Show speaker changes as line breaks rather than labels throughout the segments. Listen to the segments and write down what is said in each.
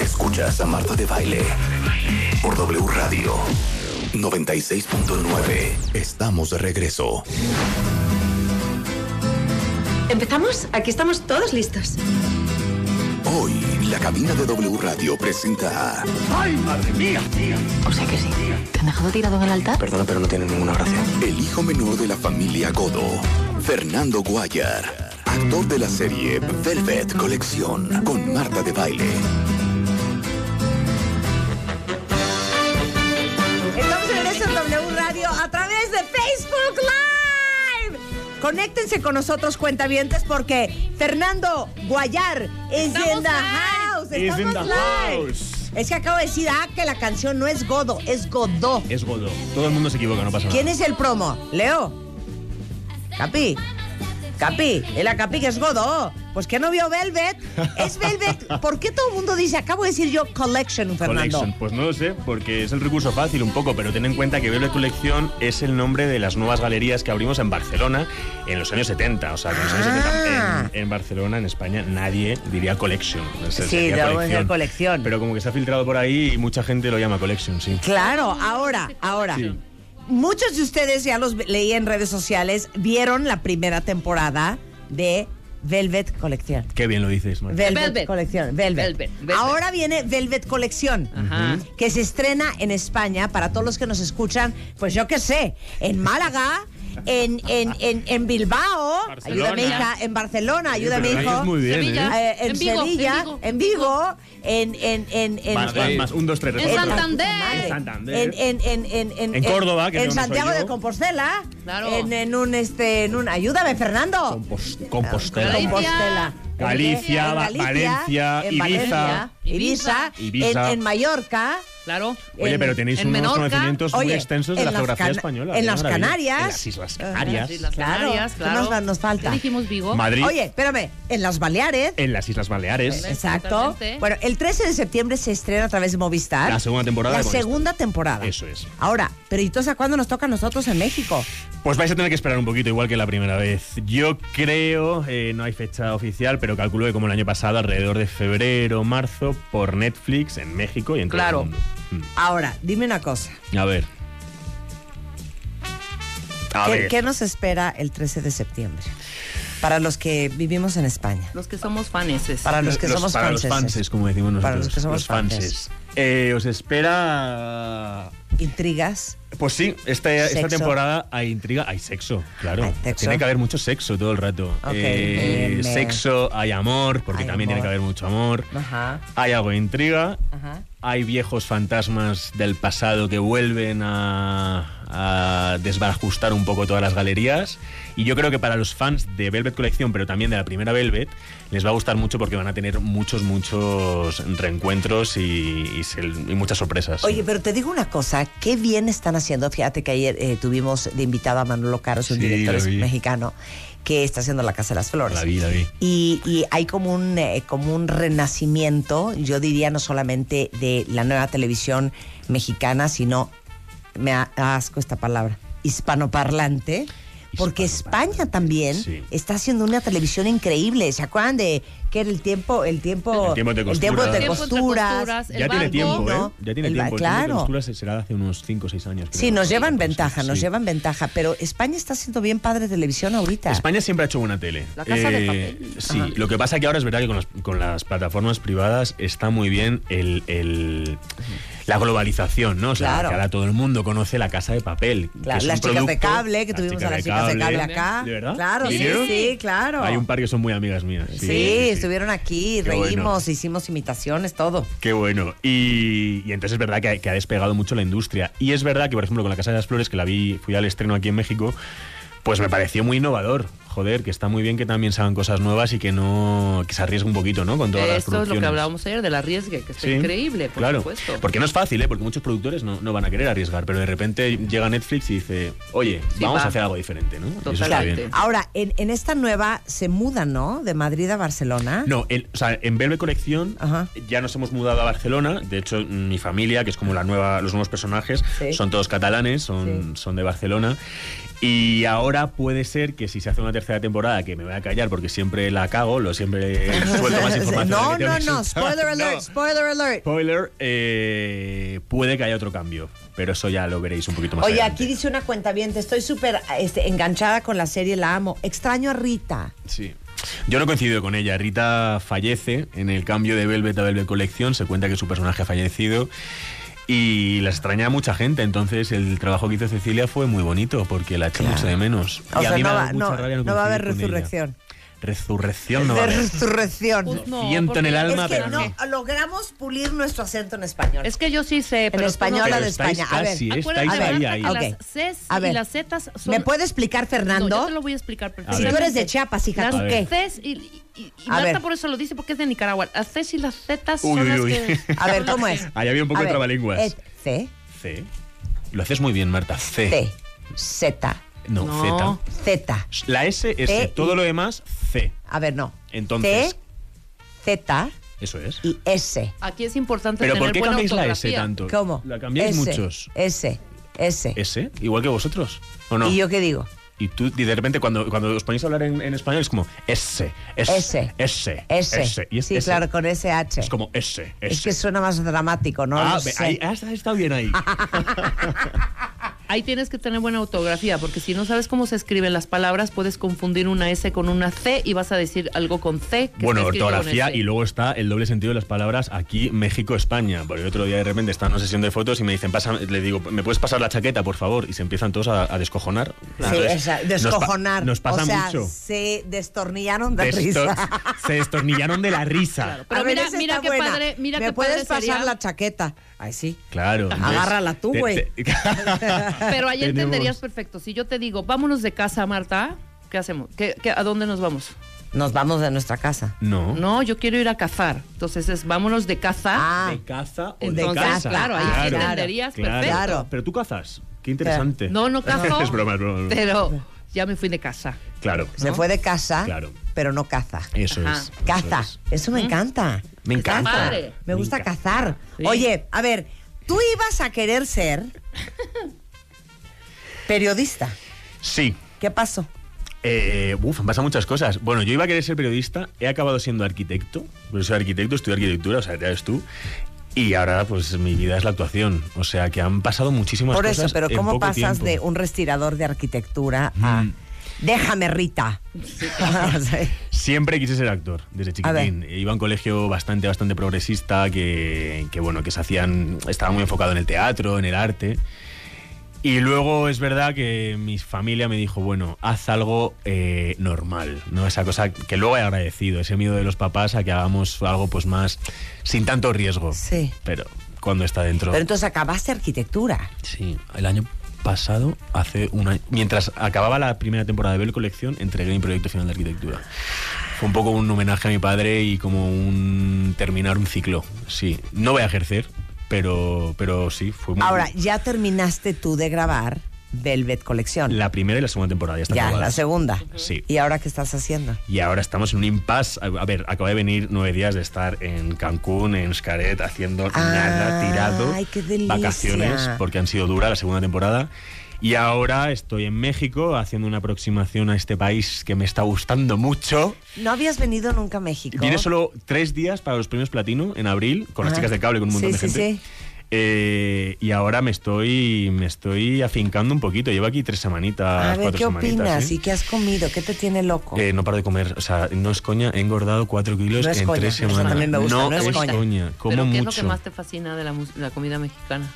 Escuchas a Marta de Baile por W Radio 96.9. Estamos de regreso.
¿Empezamos? Aquí estamos todos listos.
Hoy, la cabina de W Radio presenta a...
¡Ay, madre mía!
O sea que sí. ¿Te han dejado tirado en el altar?
Perdona, pero no tiene ninguna gracia.
El hijo menor de la familia Godo, Fernando Guayar, actor de la serie Velvet Colección, con Marta de Baile.
Estamos en regreso en W Radio a través de Facebook Live. Conéctense con nosotros, cuentavientes, porque Fernando Guayar es
Estamos
in the house.
live. Is in
Estamos
the
live.
house.
Es que acabo de decir ah, que la canción no es Godo, es Godó.
Es Godó. Todo el mundo se equivoca, no pasa nada.
¿Quién es el promo? Leo. Capi. Capi, el Acapi que es Godó. Pues que no vio Velvet. Es Velvet. ¿Por qué todo el mundo dice, acabo de decir yo Collection, Fernando?
Collection. Pues no lo sé, porque es el recurso fácil un poco, pero ten en cuenta que Velvet Colección es el nombre de las nuevas galerías que abrimos en Barcelona en los años 70. O sea, que en los años
Ah.
70 en, en Barcelona, en España, nadie diría Collection. Es-
Sí,
sería
de- de colección.
Pero como que se ha filtrado por ahí y mucha gente lo llama Collection, sí.
Claro, ahora, ahora.
Sí.
Muchos de ustedes ya los ve- leí en redes sociales, vieron la primera temporada de Velvet Colección.
Qué bien lo dices, Marta.
Velvet,
Velvet.
Colección, Velvet.
Velvet, Velvet.
Ahora viene Velvet Colección,
Ajá.
que se estrena en España, para todos los que nos escuchan, pues yo qué sé, en Málaga, en, en, en, en Bilbao,
Barcelona.
ayúdame hija, en Barcelona,
Sí,
ayúdame
pero lo
hijo,
dices muy bien,
Sevilla.
eh, en,
En Vigo,
Sevilla,
en Vigo,
en
en
Vigo, en, en, en, en-
Más, más, más. Un, dos, tres,
En
cuatro.
Santander.
Madre.
En Santander.
En, en- en- en-
En Córdoba, que
En
no soy
Santiago
yo.
de Compostela.
Claro.
En, en un, este, en un... Ayúdame, Fernando.
Compos- Compostela.
Galicia.
Galicia,
En
Va- Valencia,
en
Ibiza.
Valencia, Ibiza.
Ibiza.
En, en Mallorca.
Claro.
Oye,
en-
pero tenéis
en
unos
Menorca,
conocimientos muy
oye,
extensos de
en
la
las
geografía
Cana-
española.
en
qué
las
maravilla.
Canarias.
En las Islas
Ajá.
Canarias.
Sí, las
Claro,
Canarias,
¿qué
claro.
más va- nos falta?
¿Qué dijimos Vigo?
Madrid.
Oye, espérame. En las Baleares.
En las Islas Baleares.
Exacto.
Exacto.
Exactamente.
Bueno, el 13 de septiembre se estrena a través de Movistar.
La segunda temporada
La
de Movistar.
segunda temporada.
Eso es.
Ahora, pero ¿y entonces a cuándo nos toca a nosotros en México?
Pues vais a tener que esperar un poquito, igual que la primera vez. Yo creo, eh, no hay fecha oficial, pero calculo que como el año pasado, alrededor de febrero, marzo, por Netflix en México y en todo
Claro.
el mundo.
Ahora, dime una cosa.
Mm. A ver. A
¿Qué,
ver.
qué nos espera el 13 de septiembre? Para los que vivimos en España.
Los que somos faneses.
Para los que somos
para los
franceses.
fanses, como decimos nosotros.
Para los que somos fanses.
fanses. Eh, os espera
Intrigas.
Pues sí, esta, esta
Sexo.
temporada hay intriga, hay sexo, claro.
Hay sexo.
Tiene que haber mucho sexo todo el rato.
Ok.
Eh,
Bien.
sexo, hay amor, porque
Hay
también tiene que
amor.
haber mucho amor.
Ajá.
Hay algo de intriga.
Ajá.
Hay viejos fantasmas del pasado que vuelven a, a desbarajustar un poco todas las galerías. Y yo creo que para los fans de Velvet Colección, pero también de la primera Velvet, les va a gustar mucho porque van a tener muchos, muchos reencuentros y, y se- y muchas sorpresas.
Oye, pero te digo una cosa, qué bien están haciendo. Fíjate que ayer eh, tuvimos de invitado a Manolo Caros, un
Sí,
director
lo vi.
mexicano que está haciendo la Casa de las Flores.
La vi, la vi.
Y, y hay como un, eh, como un renacimiento, yo diría, no solamente de la nueva televisión mexicana, sino, me a- asco esta palabra, hispanoparlante. Porque
Hispanoparlante,
España también
sí.
está haciendo una televisión increíble. ¿Se acuerdan de que era el tiempo, el tiempo,
El tiempo de
el tiempo de
costuras.
El tiempo entre
costuras?
costuras, el
Ya tiene
banco,
tiempo, ¿eh?
¿no?
Ya tiene
El ba-
tiempo.
claro.
El tiempo de costuras será de hace unos 5 o 6 años. creo.
Sí, nos llevan
Sí,
ventaja, nos
sí.
llevan ventaja, pero España está haciendo bien padre televisión ahorita.
España siempre ha hecho buena tele. Eh,
La Casa de Papel.
Sí,
Ajá.
lo que pasa que ahora es verdad que con las, con las plataformas privadas está muy bien el, el- la globalización, ¿no? O sea,
Claro.
que ahora todo el mundo conoce la casa de papel. que
Claro,
es un
las chicas de
producto-
cable, que tuvimos a las chicas de cable acá.
¿De verdad?
Claro, sí,
¿Vinieron?
sí, claro.
Hay un par que son muy amigas mías.
Sí,
sí, sí.
estuvieron aquí,
Qué
reímos,
bueno.
hicimos imitaciones, todo.
Qué bueno. Y, y entonces es verdad que ha, que ha despegado mucho la industria. Y es verdad que, por ejemplo, con la Casa de las Flores, que la vi, fui al estreno aquí en México, pues me pareció muy innovador. Joder, que está muy bien que también se hagan cosas nuevas y que no que se arriesgue un poquito, ¿no? Con todas
De
las
esto es lo
producciones.
que hablábamos ayer, de la riesgue, que está
Sí,
increíble, por
claro.
supuesto.
Porque no es fácil, ¿eh? Porque muchos productores no, no van a querer arriesgar, pero de repente llega Netflix y dice, oye,
Sí,
vamos
va.
a hacer algo diferente, ¿no? Y eso está
Totalmente.
bien.
Ahora, en, en esta nueva se muda, ¿no? De Madrid a Barcelona.
No, el- o sea, en Velvet Colección
Ah. Ajá.
ya nos hemos mudado a Barcelona. De hecho, mi familia, que es como la nueva, los nuevos personajes,
Sí.
son todos catalanes, son, son de Barcelona. Y ahora puede ser que si se hace una tercera temporada, que me voy a callar porque siempre la cago, lo siempre suelto más información. de la
No,
que tengo
no,
que
no.
soltar.
Spoiler alert,
No.
spoiler alert.
Spoiler, eh, puede que haya otro cambio, pero eso ya lo veréis un poquito más
Oye,
adelante.
aquí dice una cuenta bien, estoy súper este, enganchada con la serie, la amo. Extraño a Rita.
Sí. Yo no coincido con ella. Rita fallece en el cambio de Velvet a Velvet Collection. Se cuenta que su personaje ha fallecido. Y la extraña a mucha gente. Entonces, el trabajo que hizo Cecilia fue muy bonito porque la echo mucho de menos.
O
y
sea,
a mí
no
me da
va-
mucha
no-
rabia
no va a
coincidir
haber
con ella.
resurrección.
Resurrección no va a
de
haber.
resurrección.
Pues no,
Siento en el
porque-
alma,
es que
pero
no,
no.
logramos pulir nuestro acento en español.
Es que yo sí sé, pero tú no.
español
Pero
habla de
estáis
España. A ver,
casi, ¿eh?
Acuérdate,
estáis
a ver,
ahí,
acuérdate
ahí.
que
ahí.
las Cs
A ver.
y las Zetas son...
¿Me puede explicar, Fernando?
No, yo te lo voy a explicar
Si
perfectamente.
tú eres de Chiapas, hija, ¿tú
A
qué?
ver.
Ces y, y, y
A
Marta
ver.
por eso lo dice, porque es de Nicaragua. Las Cs y las Zetas
Uy,
son
uy,
las
uy.
que...
A ver, ¿cómo es?
Ahí había un poco
A
de
ver, eh,
trabalenguas.
es C,
C. Lo haces muy bien, Marta. C.
T, Z,
No,
No.
Z.
Z. La S es
T y-
todo lo demás C.
A ver, no.
Entonces-
T, Z
Eso es.
y S.
Aquí es importante
Pero
tener
¿por qué
buena
cambiáis la S
ortografía.
tanto?
¿Cómo?
La cambiáis
S,
muchos.
S, S.
S, igual que vosotros, ¿o no?
¿Y yo qué digo?
Y tú, y de repente, cuando, cuando os ponéis a hablar en, en español, es como S, S,
S.
S, S.
S.
Y es
sí,
S.
claro, con SH.
Es como S, S.
Es que suena más dramático, ¿no?
Ah,
Lo
ve,
sé.
ahí, has, has estado bien ahí.
Ahí tienes que tener buena ortografía, porque si no sabes cómo se escriben las palabras, puedes confundir una S con una C y vas a decir algo con C. que
bueno,
está escrito con
ortografía
S.
y luego está el doble sentido de las palabras aquí, México, España. Porque otro día de repente está en una sesión de fotos y me dicen, pasa, le digo, ¿me puedes pasar la chaqueta, por favor? Y se empiezan todos a, a descojonar.
Sí,
Entonces,
esa-
nos pa-
descojonar.
Nos, pasa
o sea,
mucho.
se destornillaron de
Desto-
risa.
Se destornillaron de la risa.
Pero
A ver,
mira-
esa
mira
está
qué
buena.
padre- mira
¿Me
qué
puedes
padre
pasar
sería?
la chaqueta? Ay, sí.
Claro.
Agárrala tú,
Te-
güey.
te-
Pero ahí
Tenemos-
entenderías perfecto. Si yo te digo, vámonos de casa, Marta, ¿qué hacemos? ¿Qué, qué- a dónde nos vamos?
Nos vamos de nuestra casa.
No.
No, yo quiero ir a cazar. Entonces es vámonos de caza.
Ah,
caza
o de Entonces,
casa. claro, ahí sí
entenderías
perfecto. Claro.
Pero tú cazas. Qué interesante.
No, no cazo.
es broma, es broma, es broma.
Pero ya me fui de casa.
Claro.
se fue de casa,
Claro.
pero no caza.
Eso
Ajá.
es. eso
Caza.
es.
Eso me encanta.
Me encanta.
¿Mm? padre.
Me gusta
encanta.
cazar.
Sí.
Oye, a ver, tú ibas a querer ser periodista.
Sí.
¿Qué pasó?
Eh, uf, han pasado muchas cosas. Bueno, yo iba a querer ser periodista, he acabado siendo arquitecto, pero soy arquitecto, estudio arquitectura, o sea, ya ves tú. Y ahora, pues, mi vida es la actuación. O sea, que han pasado muchísimas
Por
cosas.
eso, pero
en
¿cómo
poco
pasas
tiempo.
de un respirador de arquitectura a...
Mm.
Déjame, Rita. Ah, Sí.
Siempre quise ser actor, desde
A ver.
chiquitín. Iba a un colegio bastante, bastante progresista, que, que, bueno, que se hacían, estaba muy enfocado en el teatro, en el arte. Y luego es verdad que mi familia me dijo, bueno, haz algo eh, normal, ¿no? Esa cosa que luego he agradecido, ese miedo de los papás a que hagamos algo pues más, sin tanto riesgo.
Sí.
Pero cuando está dentro...
Pero entonces acabaste arquitectura.
Sí, el año pasado, hace un año, mientras acababa la primera temporada de Bell Colección, entregué mi proyecto final de arquitectura. Fue un poco un homenaje a mi padre y como un terminar un ciclo. Sí, no voy a ejercer, pero, pero sí, fue muy
Ahora, ya terminaste tú de grabar Velvet Colección.
la primera y la segunda temporada ya está
ya,
acabada.
la segunda.
Sí.
¿Y ahora qué estás haciendo?
Y ahora estamos en un impasse. A a ver, acabo de venir nueve días de estar en Cancún, en Xcaret, haciendo nada,
Ay,
tirado.
qué delicia.
Vacaciones, porque han sido duras la segunda temporada. Y ahora estoy en México haciendo una aproximación a este país que me está gustando mucho.
¿No habías venido nunca a México?
Vine solo tres días para los premios platino en abril con las
Ajá.
chicas de cable, con un montón
Ah, Sí,
de
sí,
gente.
sí.
Eh, y ahora me estoy me estoy afincando un poquito. Llevo aquí tres semanitas,
A ver,
cuatro
¿qué
semanitas.
opinas?
¿sí?
¿Y qué has comido? ¿Qué te tiene loco?
Eh, no paro de comer, o sea, no es coña, he engordado 4 kilos
No es
en
coña,
3
eso
semanas.
también me gusta,
no,
no es
es
coña.
coña, como
Pero ¿qué es
mucho.
lo que más te fascina de la, mus- la comida mexicana?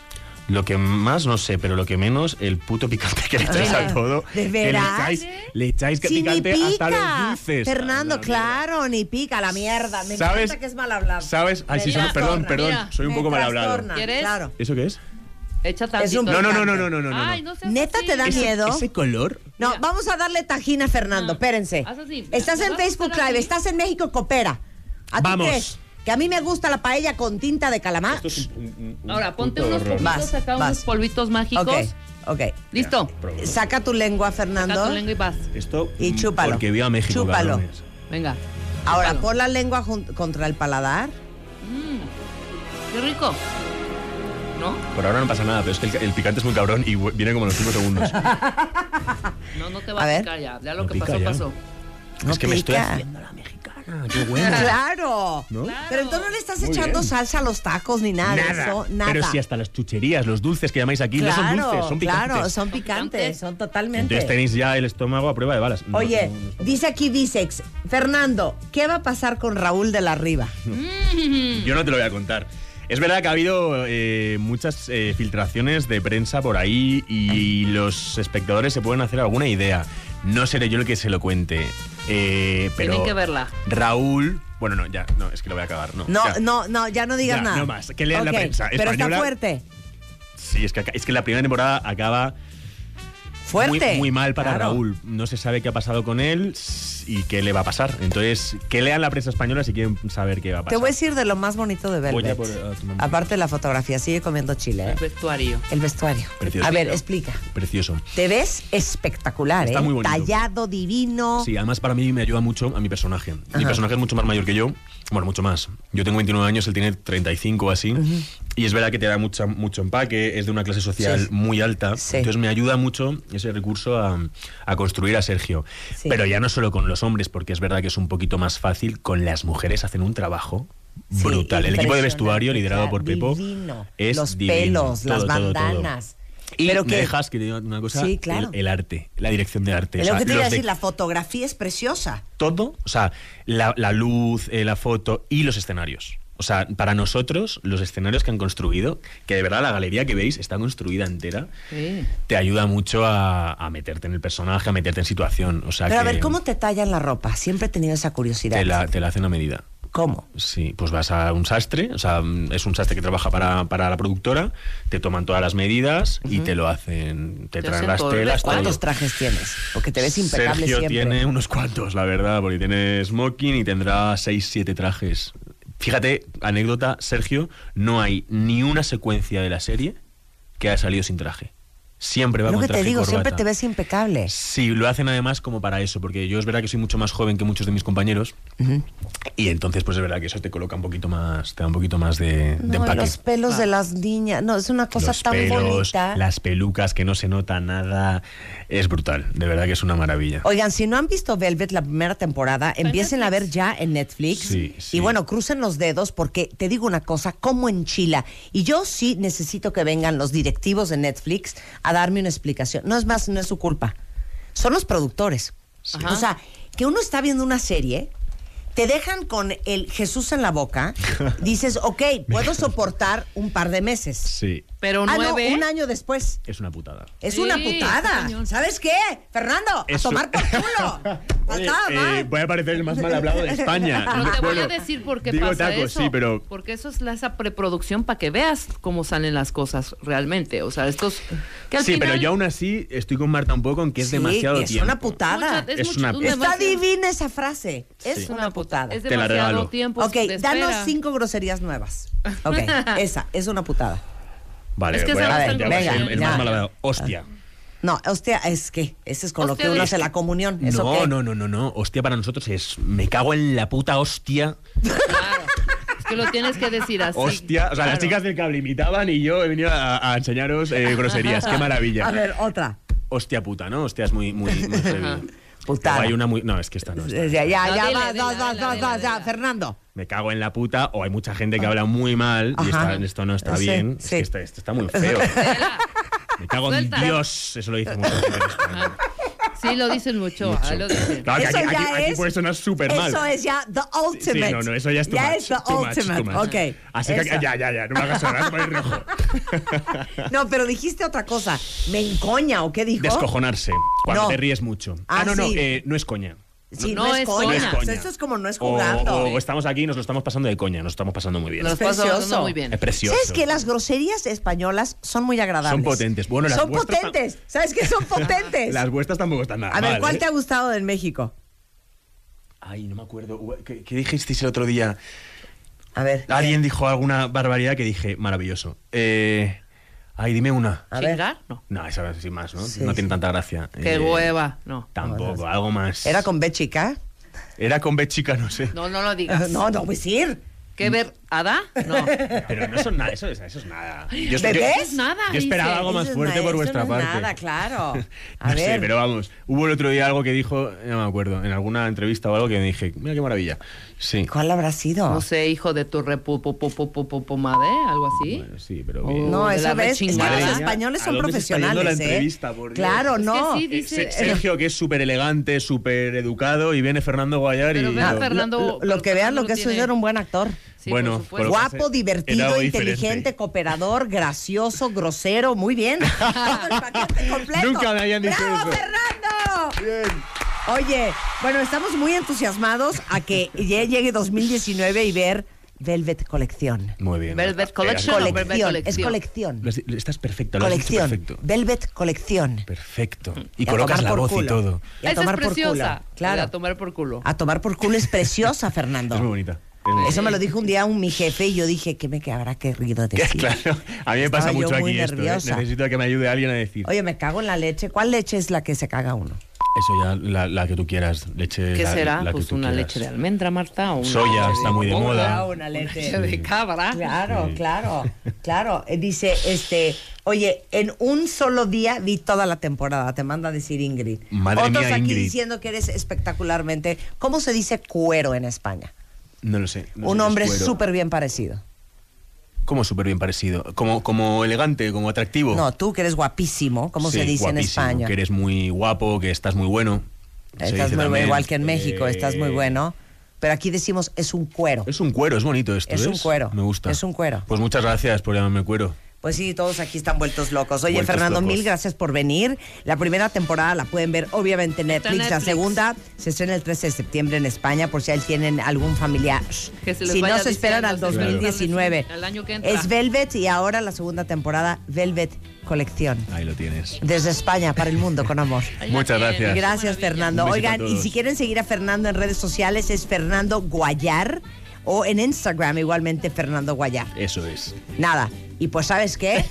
más, no sé, pero lo que menos, el puto picante que le echáis
Ay,
a todo.
¿de
que le
veras?
echáis, le echáis
Sí, ni
picante hasta los
pica.
dulces.
Fernando,
A la
claro, ni pica, la mierda. Me
¿Sabes?
encanta que es mal hablado.
¿Sabes? Ay,
Me
sí, soy- perdón,
trastorna.
perdón,
Mira,
soy un
Me
poco mal hablado.
trastorna,
¿Quieres?
Claro.
¿Eso qué es?
Echa tantito.
Es un
No, no, no, no, no, no, no. no.
Ay, no seas
¿Neta
así.
te da
Ese-
miedo?
Ese color.
No,
Mira.
vamos a darle tajina a Fernando,
Ah,
espérense.
haz así.
Estás
Nos
en
vamos a
Facebook
hacer
Live,
así.
estás en México, coopera. ¿A ti
Vamos.
qué es? Que a mí me gusta la paella con tinta de calamar.
Esto es un- un- un
Ahora, ponte
puto
unos
horror.
Va.
polvitos
Vas,
acá,
vas.
unos polvitos mágicos.
Ok, ok.
¿Listo?
Probemos.
Saca tu lengua, Fernando.
Saca tu lengua y vas.
Esto
Y
mm,
chúpalo.
Porque viva México,
Chúpalo.
cabrones.
Venga.
Ahora,
Chúpalo.
pon la lengua jun- contra el paladar.
Qué rico. ¿no?
Por ahora no pasa nada, pero es que el, el picante es muy cabrón y hue- viene como en los 5 segundos.
No, no te va
A
a,
ver.
picar ya. Ya lo
No
que
pica
pasó,
ya.
pasó.
No
es que me estoy
pica.
haciendo la mexicana. Qué bueno.
Claro.
¿No?
Pero entonces no le estás
Muy
echando
bien.
salsa a los tacos ni nada, de eso, nada.
Pero si hasta las chucherías, los dulces que llamáis aquí, no son
Claro,
dulces, son picantes.
Claro, son picantes,
picantes.
son totalmente.
Entonces tenéis ya el estómago a prueba de balas. No,
Oye,
no, no, no.
dice aquí Dicex, Fernando, ¿qué va a pasar con Raúl de la Riva?
Yo no te lo voy a contar. Es verdad que ha habido eh, muchas eh, filtraciones de prensa por ahí y los espectadores se pueden hacer alguna idea. No seré yo el que se lo cuente. eh, pero
Tienen que verla.
Raúl. Bueno, no, ya, no, es que lo voy a acabar. No,
No,
ya.
no, no, ya no digas
Ya,
nada.
no más, que lean la
Ok,
prensa
Pero está
española.
fuerte.
Sí, es que, aca- es que la primera temporada acaba muy,
Fuerte.
muy mal para
Claro.
Raúl. No se sabe qué ha pasado con él s- y qué le va a pasar. Entonces, que lean la prensa española si quieren saber qué va a pasar.
Te voy a decir de lo más bonito de
Voy a
Velvet.
por, uh, tu mamá.
Aparte de la fotografía, sigue comiendo chile. ¿eh?
El vestuario.
El vestuario.
Precioso.
A ver, explica.
Precioso.
Te ves espectacular,
Está
¿eh?
muy bonito.
Tallado, divino.
Sí, además para mí me ayuda mucho a mi personaje. Mi
Ajá.
personaje es mucho más mayor que yo. Bueno, mucho más. Yo tengo 29 años, él tiene 35 o así. Y es verdad que te da mucha, mucho empaque, es de una clase social
Sí.
muy alta.
Sí.
Entonces me ayuda mucho ese recurso a, a construir a Sergio.
Sí.
Pero ya no solo con los hombres, porque es verdad que es un poquito más fácil. Con las mujeres hacen un trabajo.
Sí,
Brutal. El equipo de
impresionante,
vestuario liderado
o sea,
por Pepo
divino.
es
Los
divino.
pelos,
Todo,
las
todo, todo.
bandanas.
Y
Pero
me
que-
dejas que te diga una cosa,
Sí, claro.
el, el arte, la dirección de arte. O
Lo
sea,
que te
los
iba a
de-
decir, la fotografía es preciosa.
todo, o sea, la, la luz, eh, la foto y los escenarios. O sea, para nosotros, los escenarios que han construido, que de verdad la galería que veis está construida entera,
Sí.
te ayuda mucho a, a meterte en el personaje, a meterte en situación. O sea,
Pero a
que
ver, ¿cómo te tallan la ropa? Siempre he tenido esa curiosidad.
te la, te la hacen a medida.
¿Cómo?
Sí, pues vas a un sastre, o sea, mm, es un sastre que trabaja para, para la productora, te toman todas las medidas y te lo hacen, te
Te
traen
hacen
las
todo el
telas.
vestuario.
todo.
¿Cuántos trajes tienes? Porque te ves impecable
Sergio
siempre.
tiene unos cuantos, la verdad, porque tiene smoking y tendrá 6, 7 trajes. Fíjate, anécdota, Sergio, no hay ni una secuencia de la serie que haya salido sin traje. Siempre va
Lo
con
que
traje
te
y
digo, siempre
corbata.
te ves impecable.
Sí, lo hacen además como para eso, porque yo es verdad que soy mucho más joven que muchos de mis compañeros. Y entonces, pues es verdad que eso te coloca un poquito más, te da un poquito más de, de
No,
empaque.
los pelos de las niñas. No, es una cosa
Los
tan
pelos,
bonita.
las pelucas, que no se nota nada. Es brutal, de verdad que es una maravilla.
Oigan, si no han visto Velvet la primera temporada, empiecen a ver ya en Netflix.
Sí, sí.
Y bueno, crucen los dedos porque te digo una cosa, como en Chile. Y yo sí necesito que vengan los directivos de Netflix a darme una explicación. No es más, no es su culpa. Son los productores.
Ajá.
O sea, que uno está viendo una serie, te dejan con el Jesús en la boca, dices, ok, puedo soportar un par de meses.
Sí,
Pero
ah,
nueve.
no, un año después.
es una putada.
Es
Sí,
una putada.
está cañón.
¿Sabes qué? Fernando,
Eso.
a tomar por culo.
Oye,
Faltaba
eh,
más.
voy a parecer el más mal hablado de España.
No te voy a
Bueno,
decir por qué
digo
pasa
tacos,
eso.
sí, pero
Porque eso es la, esa preproducción para que veas cómo salen las cosas realmente. O sea, estos... Que al
Sí,
final
pero yo aún así estoy con Marta un poco en que es
Sí,
demasiado
es
tiempo.
una putada.
mucha-
Es una-
un
Está
Está
demasiado-
divina esa frase. Es
Sí.
una putada.
Es
Te la
demasiado
regalo.
tiempo
ok,
de espera.
danos cinco groserías nuevas. Ok, esa, es una putada.
Vale,
Es que
voy a
sabes
hacer
algo
ya,
que
el,
no-
el más
ya.
mal hablado. Hostia.
Ah. No, hostia, es que ese es con lo
Hostia
que uno
de-
hace la comunión. ¿Eso
No,
qué?
no, no, no, no. Hostia para nosotros es me cago en la puta hostia.
Claro. Es que lo tienes que decir así.
Hostia. O sea, las
Claro.
chicas del cable imitaban y yo he venido a, a enseñaros eh, groserías. Qué maravilla.
A ver, otra.
Hostia puta, ¿no? Hostia es muy, muy, muy heavy.
Putada.
O hay una muy. No, es que esta no. esta no.
Ya, ya,
No,
ya,
dile,
va,
dile,
va,
dile,
va,
dile,
va,
dile,
va, ya,
dile.
Fernando.
me cago en la puta o hay mucha gente que habla muy mal y
Ajá.
está- esto no está
Sí,
bien. Es
sí.
que está- esto está muy feo. me cago en
Suelta.
Dios. Eso lo dice mucha gente.
Sí, lo dicen mucho. ah, lo dicen.
Claro que
Ah, Eso
aquí,
ya
aquí- aquí
es-
puede sonar súper mal.
Eso es ya the
Sí,
ultimate.
no, no, eso ya es too
Ya
much,
es the
too much, too
ultimate.
much.
Ok.
Así que
esa.
ya, ya, ya, no me hagas sonar, me pones rojo.
No, pero dijiste otra cosa. ¿Me encoña o qué dijo?
Descojonarse, cuando
No.
te ríes mucho.
Ah,
Ah, no, no,
sí.
eh, no es coña.
Sí, no,
No,
es
es
coña.
No
coña.
es
O sea,
coña.
esto es como no es
O-
jugando.
O, o estamos aquí y nos lo estamos pasando de coña, nos estamos pasando muy bien.
Nos pasa
precioso.
muy bien.
Es precioso.
¿Sabes que Las groserías españolas son muy agradables.
Son potentes. Bueno, las
Son
vuestras tam-
potentes. ¿Sabes qué? Son potentes.
Las vuestras tampoco están nada
A ver,
mal,
¿cuál
¿eh?
te ha gustado en México?
Ay, no me acuerdo. Ua- ¿Qué, qué dijisteis el otro día?
A ver.
Alguien dijo alguna barbaridad que dije, maravilloso. Eh, ay, dime una.
A ver.
¿Chingar? No.
No, esa sí más, ¿no?
Sí,
no tiene
sí.
tanta gracia.
Qué
Eh,
hueva. No.
Tampoco, algo más.
¿Era con B chica?
Era con B chica, no sé.
No, no lo digas.
No, pues no voy a decir.
¿Qué ver? ¿Ada? No.
Pero no son nada, eso, es- eso es nada. Yo,
¿Bebés?
yo-
Eso es
nada,
Yo esperaba
dice.
algo más
Eso es
fuerte
nada,
por
eso
vuestra
no es
parte.
Nada, claro. A
No
ver.
sé, pero vamos, hubo el otro día algo que dijo, no me acuerdo, en alguna entrevista o algo que me dije, mira qué maravilla. Sí.
¿Cuál habrá
Ah.
sido?
No sé, hijo de tu repu, po, po, po, po, po, po, madre, algo así.
Bueno, sí, pero
Oh.
que-
No,
de
eso
la
ves, es que
rechingada.
los
Madre
mía,
españoles son
¿a dónde se está yendo
profesionales,
la
¿eh?
entrevista, por Dios?
Claro,
Es que
no.
sí,
Eh, Se-
dice-
Sergio, que es súper elegante, súper educado, y viene Fernando Guayar
Pero
y.
ve a
lo-
Ah, Fernando-
Lo, lo que vean, lo que eso
Tiene-
era un buen actor.
Sí,
Bueno,
por supuesto.
pero-
Guapo,
Era
divertido,
algo
inteligente,
diferente.
cooperador, gracioso, grosero, muy bien. Todo el paquete completo.
Nunca me habían dicho
¡Bravo,
eso.
Fernando! Oye, bueno, estamos muy entusiasmados a que ya llegue 2019 y ver Velvet Colección.
Muy bien.
Velvet
Eh,
Collection,
eh,
no, Velvet
Colección, es
Colección.
colección.
lo has- lo- Estás perfecto, lo has dicho
colección.
perfecto.
Velvet Colección.
Perfecto. Y
a
colocas
tomar
la
por
voz y
culo.
todo.
Y a
Esa
tomar
es
por culo.
preciosa.
Claro.
A tomar por culo.
Ah,
A tomar por culo es preciosa, Fernando.
Es muy bonita. es muy
Eso
bonita.
me lo dijo un día un mi jefe y yo dije, ¿qué me que habrá querido decir?
Claro, a mí me pasa
Estaba yo
mucho
muy
aquí esto. ¿eh?
nerviosa.
Necesito que me ayude alguien a decir.
Oye, me cago en la leche. ¿Cuál leche es la que se caga uno?
Eso ya, la, la que tú quieras, leche.
¿Qué
la-
será?
la que
pues
tú
una
quieras.
leche de almendra, Marta. O una
Soya,
leche
está muy de
coco,
moda.
o
Una leche. Ah.
leche de cabra.
Claro,
Sí.
claro, claro. Eh, Dice, este, oye, en un solo día vi toda la temporada, te manda a decir Ingrid.
Madre
Otros
mía,
aquí
Ingrid.
diciendo que eres espectacularmente. ¿Cómo se dice cuero en España?
No lo sé. no
un
sé, es
hombre
cuero.
súper bien parecido.
Como súper bien parecido. Como, como elegante, como atractivo.
No, tú que eres guapísimo, ¿cómo
Oh. Sí,
se dice en
guapísimo,
España?
Que eres muy guapo, que estás muy bueno. Se dice
Estás muy bueno,
también,
igual que en México,
eh,
estás muy bueno. Pero aquí decimos es un cuero.
Es un cuero, es bonito esto.
Es un
¿ves?
cuero,
Me gusta.
es un cuero.
Pues muchas gracias por llamarme cuero.
Pues sí, todos aquí están vueltos locos. Oye,
Vueltos
Fernando,
locos.
mil gracias por venir. La primera temporada la pueden ver obviamente en
Está
Netflix.
en
La
Netflix.
segunda se estrena el 13 de septiembre en España por si ahí tienen algún familiar.
Que se les
si
vaya
no se esperan al
diciendo, se les
2019.
vaya al año que entra.
Es Velvet y ahora la segunda temporada, Velvet Colección.
Ahí lo tienes.
Desde España para el mundo con amor.
Ahí la
Muchas
tienes.
gracias.
Gracias, Fernando.
Un besito a
Oigan, y
todos.
si quieren seguir a Fernando en redes sociales es Fernando Guayar o en Instagram igualmente Fernando Guayar.
Eso es.
Nada. Y pues, ¿sabes qué?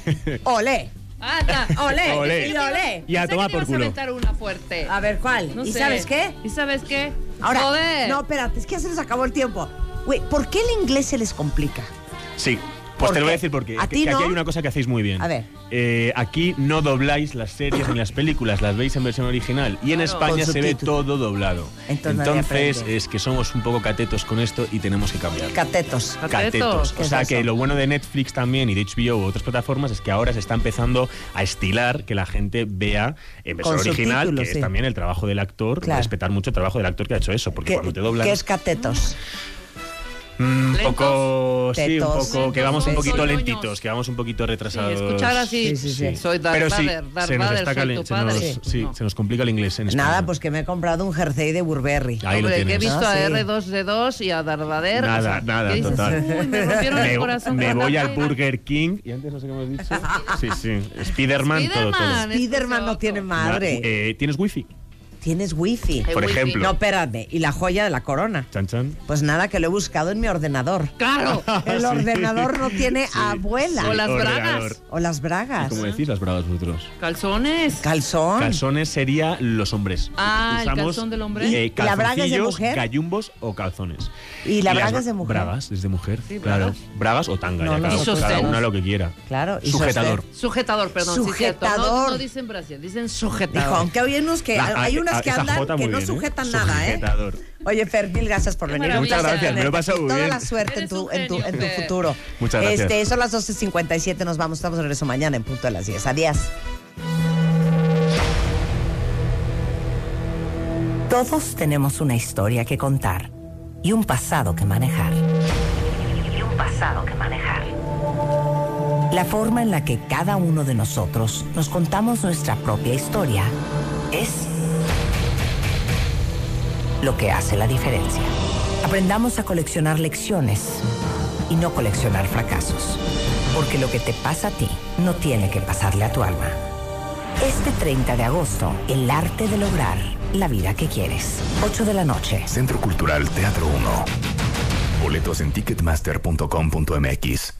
¡Olé!
Ah, está. Olé.
Olé.
Y olé.
Y a
Pensé que
tomar
te
por
ibas
culo.
A aventar una fuerte.
A ver, ¿cuál?
No
¿Y
sé.
sabes qué?
¿Y sabes qué?
Ahora,
Joder.
no, espérate, es que ya se nos acabó el tiempo. Güey, ¿por qué el inglés se les complica?
Sí.
¿Por
Pues te
qué?
lo voy a decir porque
¿A
que-
ti
que aquí
no?
hay una cosa que hacéis muy bien.
A ver.
Eh, aquí no dobláis las series ni las películas, las veis en versión original. Y en
Claro.
España
Con
se ve
subtítulo.
todo doblado.
Entonces nadie
Entonces
aprende.
es que somos un poco catetos con esto y tenemos que cambiar.
Catetos.
Catetos.
catetos.
¿Qué
O
es
sea
eso?
que lo bueno de Netflix también y de HBO u otras plataformas es que ahora se está empezando a estilar que la gente vea en versión
Con
original, que
subtítulos, sí.
es también el trabajo del actor,
Claro.
respetar mucho el trabajo del actor que ha hecho eso, porque
¿Qué,
cuando te doblan
qué es catetos?
mm, un
Lentos.
poco, sí, un
Tetos.
poco que vamos un
Lentos,
poquito
soy
lentitos, que vamos un poquito
Sí,
retrasados.
escuchar así.
Sí, sí, sí.
Soy Darth
Pero sí,
Vader. Darth
se nos
Vader,
está
soy
calen-
tu
se nos-
padre.
sí,
Pues no.
se nos complica el inglés en
Nada,
español.
pues que me he comprado un jersey de Burberry.
Ahí lo
Hombre, que he
tienes.
visto
Ah,
a
sí.
R2D2 y a Darvader.
Nada, nada, total.
Uy, me rompieron el corazón.
me
con
voy
la
al
vaina".
Burger King y antes no sé qué hemos dicho. Sí, sí. Spiderman, todo, todo.
Spiderman,
Spiderman no tiene
Na-
madre.
eh, ¿Tienes wifi?
Tienes wifi.
Eh,
Por
wifi.
ejemplo.
No, espérate. Y la joya de la corona.
Chan Chan.
Pues nada, que lo he buscado en mi ordenador.
Claro.
El
sí.
ordenador no tiene
Sí,
abuela.
O las
ordenador.
bragas.
O las bragas.
¿Cómo decís las bragas vosotros?
Calzones.
Calzón.
Calzones sería los hombres.
Ah, el calzón del hombre.
eh,
¿Y la braga es de
calzoncillos,
mujer?
gallumbos o calzones.
¿Y la
las
braga
bra-
es de mujer?
Bragas, es de mujer.
Sí,
claro.
bragas.
Bragas, o tanga,
No,
ya, claro.
nosotros
Cada
tenemos.
una lo que quiera.
Claro, y
Sujetador.
sostén.
Sujetador, perdón. sí, cierto.
Sujetador.
No, no dicen bracias, dicen sujetador.
Dijo, aunque hay unos que,
La-
hay
ah,
unas
ah,
que
esa
andan
jota
que
muy
no
bien, ¿eh?
sujetan nada, ¿eh?
Sujetador.
Oye, Fer, mil gracias por venir. Este,
maravilla. Muchas gracias,
me lo he pasado muy
Toda
bien.
la suerte en
Eres
tu,
un
en tu,
genio,
en tu
Fer.
futuro.
Muchas gracias.
Este, son las 12.57, nos vamos, estamos de regreso mañana en punto de las 10. Adiós. Todos tenemos una historia que contar y un pasado que manejar. Y un pasado que manejar. La forma en la que cada uno de nosotros nos contamos nuestra propia historia es lo que hace la diferencia. Aprendamos a coleccionar lecciones y no coleccionar fracasos. Porque lo que te pasa a ti no tiene que pasarle a tu alma. Este 30 de agosto, el arte de lograr la vida que quieres. 8 de la noche.
Centro Cultural Teatro 1. Boletos en ticketmaster.com.mx.